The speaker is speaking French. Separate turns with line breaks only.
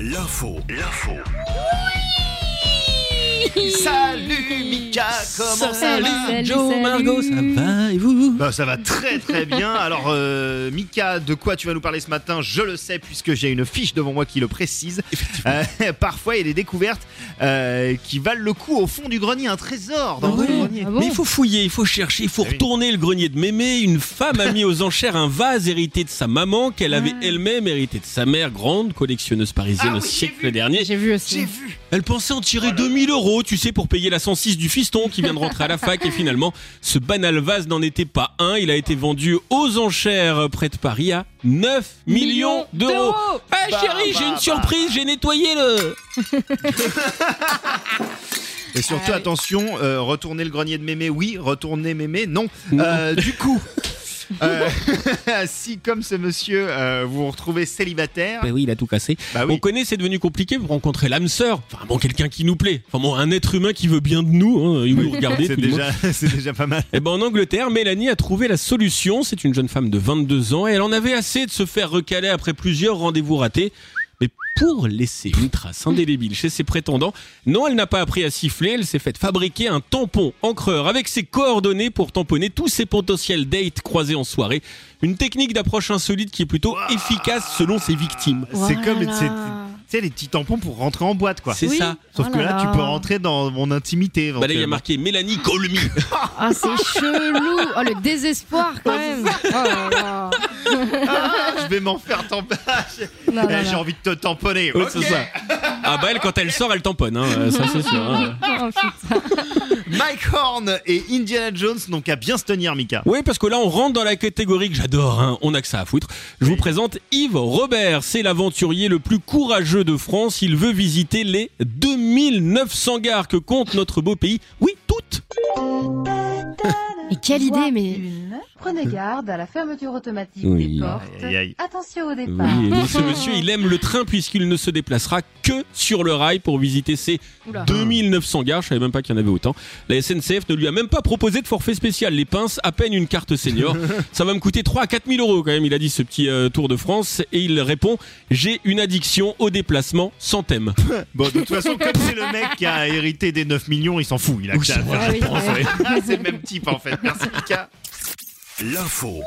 L'info, l'info.
Salut Mika, comment ça
Salut,
va
salut,
Joe,
salut.
Margot, ça va et vous
Bah, ça va très très bien. Alors euh, Mika, de quoi tu vas nous parler ce matin Je le sais puisque j'ai une fiche devant moi qui le précise. Euh, parfois il y a des découvertes euh, qui valent le coup au fond du grenier, un trésor dans
Ah
le
ouais
grenier.
Ah bon
Mais il faut fouiller, il faut chercher, il faut
Ah oui.
retourner le grenier de mémé. Une femme a mis aux enchères un vase hérité de sa maman qu'elle avait elle-même hérité de sa mère, grande collectionneuse parisienne
Ah
au
oui, j'ai
siècle
vu.
dernier.
J'ai vu aussi.
J'ai vu.
Elle pensait en tirer 2000 euros, tu sais, pour payer la 106 du fiston qui vient de rentrer à la fac. Et finalement, ce banal vase n'en était pas un. Il a été vendu aux enchères près de Paris à 9 millions d'euros. Ah
Bah,
chérie,
bah,
j'ai une
bah.
surprise, j'ai nettoyé le...
Et surtout attention, euh, retourner le grenier de mémé, oui, retourner mémé, non.
Non.
Euh, du coup. euh, si comme ce monsieur euh, vous vous retrouvez célibataire,
Bah oui, il a tout cassé.
bah oui,
On connaît, c'est devenu compliqué pour rencontrer l'âme sœur. Enfin bon, quelqu'un qui nous plaît. Enfin bon, un être humain qui veut bien de nous. Hein, il nous regarder
c'est
tout le monde.
déjà, c'est déjà pas mal.
Eh ben en Angleterre, Mélanie a trouvé la solution. C'est une jeune femme de 22 ans et elle en avait assez de se faire recaler après plusieurs rendez-vous ratés. Mais pour laisser une trace indélébile chez ses prétendants, non, elle n'a pas appris à siffler. Elle s'est faite fabriquer un tampon encreur avec ses coordonnées pour tamponner tous ses potentiels dates croisés en soirée. Une technique d'approche insolite qui est plutôt efficace selon ses victimes.
C'est comme c'est- tu sais, les petits tampons pour rentrer en boîte, quoi.
C'est ça.
Oh
Sauf que Oh là, tu peux rentrer dans mon intimité. euh,
Bah là, il y a
éventuellement.
marqué Mélanie Colmy.
Ah, c'est chelou. Oh, le désespoir quand même. Oh là là.
Ah, je vais m'en faire tamponner.
Non, non,
Eh, J'ai
non.
envie de te tamponner.
Ouais,
Ok.
c'est ça. Ah bah elle, quand elle sort, elle tamponne, hein, euh, ça c'est sûr. hein.
Oh, putain.
Mike Horn et Indiana Jones n'ont qu'à bien se tenir, Mika.
Oui, parce que là, on rentre dans la catégorie que j'adore, hein, on a que ça à foutre. Je vous présente Yves Robert, c'est l'aventurier le plus courageux de France. Il veut visiter les 2900 gares que compte notre beau pays. Oui, toutes
Mais quelle idée, mais.
Une, Prenez garde à la fermeture automatique
Oui.
des portes.
Aïe, aïe, aïe.
Attention au départ.
Oui, mais ce monsieur, il aime le train puisqu'il ne se déplacera que sur le rail pour visiter ces
Oula.
2900 gares. Je savais même pas qu'il y en avait autant. La SNCF ne lui a même pas proposé de forfait spécial. Les pinces, à peine une carte senior. Ça va me coûter 3 à 4 000 euros quand même, il a dit ce petit euh, Tour de France. Et il répond J'ai une addiction au déplacement sans thème.
Bon, de toute façon, comme c'est le mec qui a hérité des 9 millions, il s'en fout. Il a que ça à faire.
Ah oui, ouais.
C'est le même type, en fait. Merci, Mika.
L'info